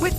With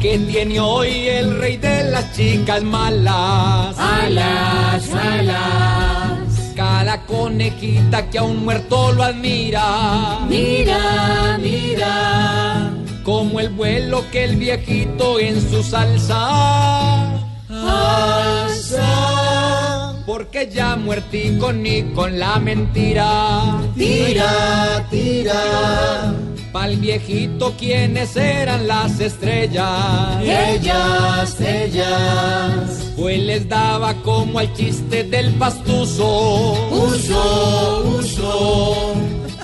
que tiene hoy el rey de las chicas malas. Alas, alas. Cada conejita que a un muerto lo admira. Mira, mira. Como el vuelo que el viejito en su salsa. Alza. Porque ya muertico ni con la mentira. Tira, tira. Pa'l viejito, quienes eran las estrellas? Ellas, ellas. Pues les daba como al chiste del pastuso. Uso, uso.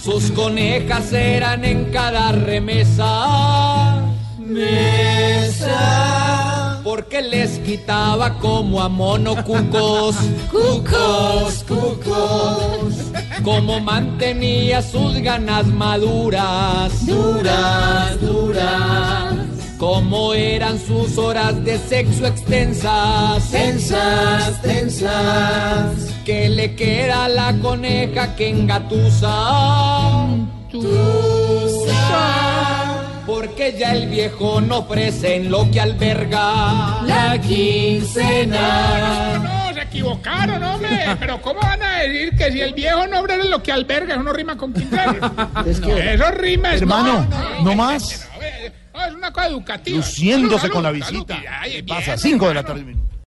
Sus conejas eran en cada remesa. Mesa. Porque les quitaba como a mono cucos. cucos, cucos. Como mantenía sus ganas maduras. Duras, duras. Como eran sus horas de sexo extensas. Tensas, tensas. Que le queda a la coneja que engatusa. Porque ya el viejo no ofrece en lo que alberga. La quincena. No, se equivocaron, hombre. Pero ¿cómo van a decir que si el viejo no es lo que alberga, eso no rima con Quintero? Eso rima es... Hermano, no que- más. que no, eh, no, es una cosa educativa. Luciéndose Salud, con la salud, visita. ay, ¿Qué bien, pasa? Cinco de la hermano. tarde. minuto.